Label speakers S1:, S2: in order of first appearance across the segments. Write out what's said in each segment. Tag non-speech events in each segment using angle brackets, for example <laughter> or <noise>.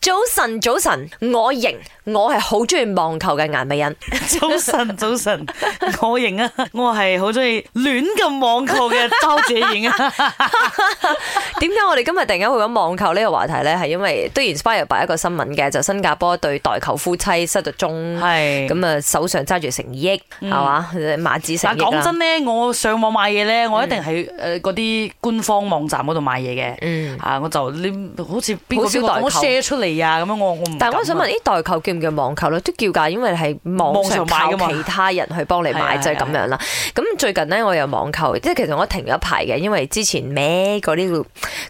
S1: 早晨，早晨，我型，我係好中意網球嘅顏美欣。 <laughs>
S2: <laughs> 早晨，早晨，我型啊，我係好中意亂咁網購嘅周姐
S1: <laughs>
S2: 型啊，
S1: 點解我哋今日突然間去講網球呢個話題呢？係因為都 inspire by 一個新聞嘅，就新加坡對代球夫妻失咗蹤，
S2: 係咁。
S1: 咁啊手上揸住成億，係嘛、馬子成
S2: 但
S1: 億啊啦
S2: 講真咧，我上網買嘢咧，我一定係誒嗰啲官方網站嗰度買嘢嘅。
S1: 嗯，
S2: 啊，我就你好似邊個
S1: 好少
S2: 邊個
S1: 代購
S2: 我 share 出嚟啊，咁樣我我唔敢啊。
S1: 但係我想問，呢代球叫唔叫網球咧？都叫㗎，因為係網上
S2: 網上買
S1: 靠
S2: 㗎嘛
S1: 其他人去幫你
S2: 係啊
S1: 買，就係
S2: 係啊
S1: 咁樣啦。咁最近呢，我有網球，即係其實我停咗一排嘅，因為之前咩嗰啲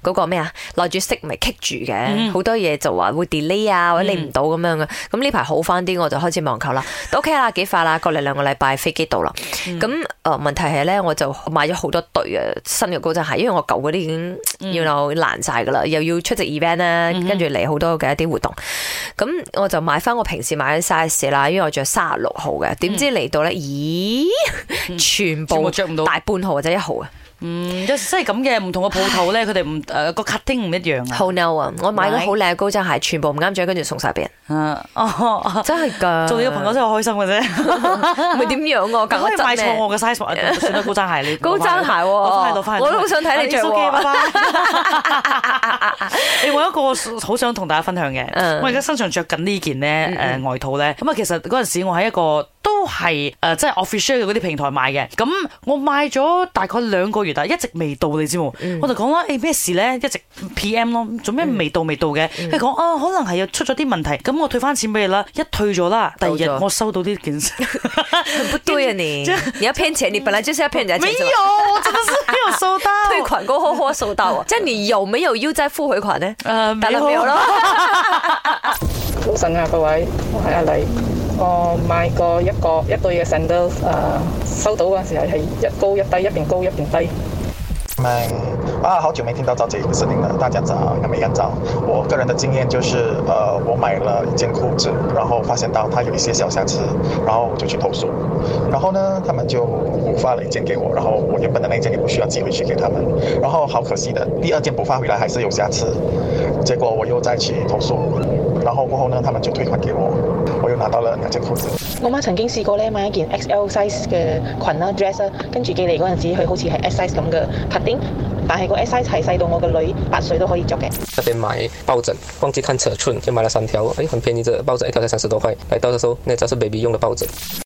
S1: 嗰個咩啊，內住息咪棘住嘅，
S2: 嗯
S1: 好多嘢就話會 delay 啊，或者嚟唔到咁樣嘅。咁呢排好翻啲，我就開始網球啦，都 OK 啦，幾快啦，過嚟兩個禮拜飛機到啦。
S2: 嗯
S1: 咁誒問題係咧，我就買咗好多對嘅新嘅高踭鞋，因為我舊嗰啲已經
S2: 嗯
S1: 要鬧爛晒㗎啦，又要出席 event 啦，跟住嚟好多嘅一啲活動。咁我就買翻我平時買嘅 size 啦，因為我着三十六號嘅，點知嚟到咧，咦，全
S2: 嗯全部
S1: 部
S2: 着唔到
S1: 大半號或者一號啊，
S2: 嗯，有時真係咁嘅，唔同嘅鋪頭咧，佢哋唔誒個 cutting 唔一樣啊。
S1: 好 no 啊！我買咗
S2: 買
S1: 好靚嘅高踭鞋，全部唔啱着，跟住送晒俾人，
S2: 啊
S1: <laughs>
S2: 哦，
S1: 真係㗎。
S2: 做你個朋友真係開心嘅啫。
S1: 唔係點樣啊我
S2: 咁
S1: 搞
S2: 可以買錯
S1: 咩？
S2: 我
S1: <laughs>
S2: 嘅 size，啊算啦，高踭鞋你
S1: 高踭鞋喎，
S2: 攞返去攞返去
S1: 我都好想睇你着
S2: It's okay，拜
S1: <laughs> 喎。
S2: 拜你我有一個好想同大家分享嘅
S1: 嗯，
S2: 我而家身上着緊呢件咧
S1: 嗯
S2: 誒外套咧，咁啊其實嗰陣時我喺一個都係誒即係 official 嘅嗰啲平台買嘅，咁我買咗大概兩個月但啊係一直未到你知冇？
S1: 嗯
S2: 我就講啦，誒咩事咧？一直 PM 咯，做咩未到未到嘅？
S1: 嗯
S2: 佢講啊，可能係又出咗啲問題，咁我退翻錢俾你啦，一退咗啦，第二日
S1: 到咗
S2: 我收到呢
S1: <laughs>
S2: 件事。 <laughs>
S1: 很不對啊你！你要騙錢，你本來就是要騙人家錢。
S2: 沒
S1: 是吧
S2: 有，我真的是沒有收到。
S1: <laughs> 退款过后或收到啊，即系你有没有又再付回款呢？
S2: 呃
S1: 打了没有咯？
S3: 早晨啊，各位，我係阿麗。我買過一個一對嘅 sandals，誒、收到嗰陣時係係一高一低，一邊高一邊低。
S4: 们啊，好久没听到赵姐的声音了。大家早，那美人早。我个人的经验就是，呃，我买了一件裤子，然后发现到它有一些小瑕疵，然后我就去投诉。然后呢，他们就补发了一件给我，然后我原本的那件也不需要寄回去给他们。然后好可惜的，第二件补发回来还是有瑕疵，结果我又再去投诉。 <laughs> 然后过后呢，他们就退款给我，我又拿到了两件裤子。
S5: 我媽曾經試過咧買一件 XL size 嘅裙啦、dress 啦，跟住寄嚟嗰陣時，佢好似係 S size 咁嘅 cutting，但係個 S size 係細到我個女八歲都可以着嘅。
S6: 那边买抱枕，忘记看尺寸，就买了三条，哎，很便宜，这抱枕一条才三十多块。来到的时候，那条是 baby 用的抱枕。